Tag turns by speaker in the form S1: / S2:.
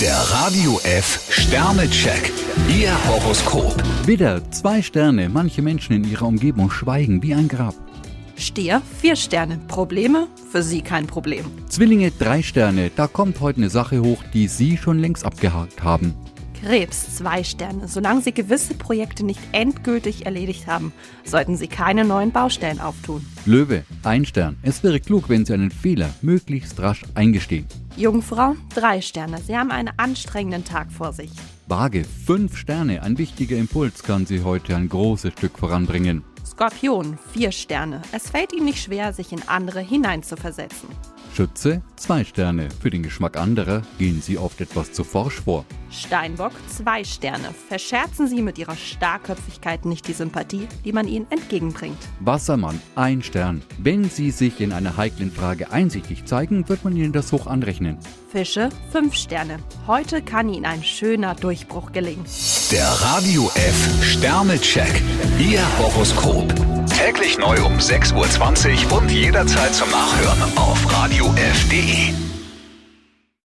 S1: Der Radio F Sternecheck. Ihr Horoskop.
S2: Widder, zwei Sterne. Manche Menschen in ihrer Umgebung schweigen wie ein Grab.
S3: Stier, vier Sterne. Probleme? Für Sie kein Problem.
S2: Zwillinge, drei Sterne. Da kommt heute eine Sache hoch, die Sie schon längst abgehakt haben.
S3: Krebs, zwei Sterne. Solange Sie gewisse Projekte nicht endgültig erledigt haben, sollten Sie keine neuen Baustellen auftun.
S2: Löwe, ein Stern. Es wäre klug, wenn Sie einen Fehler möglichst rasch eingestehen.
S3: Jungfrau, drei Sterne. Sie haben einen anstrengenden Tag vor sich.
S2: Waage, fünf Sterne. Ein wichtiger Impuls kann Sie heute ein großes Stück voranbringen.
S3: Skorpion, vier Sterne. Es fällt Ihnen nicht schwer, sich in andere hineinzuversetzen.
S2: Schütze, zwei Sterne. Für den Geschmack anderer gehen Sie oft etwas zu forsch vor.
S3: Steinbock, zwei Sterne. Verscherzen Sie mit Ihrer Starrköpfigkeit nicht die Sympathie, die man Ihnen entgegenbringt.
S2: Wassermann, ein Stern. Wenn Sie sich in einer heiklen Frage einsichtig zeigen, wird man Ihnen das hoch anrechnen.
S3: Fische, fünf Sterne. Heute kann Ihnen ein schöner Durchbruch gelingen.
S1: Der Radio F Sternecheck. Ihr Horoskop. Täglich neu um 6.20 Uhr und jederzeit zum Nachhören auf Radio E. radiof.de.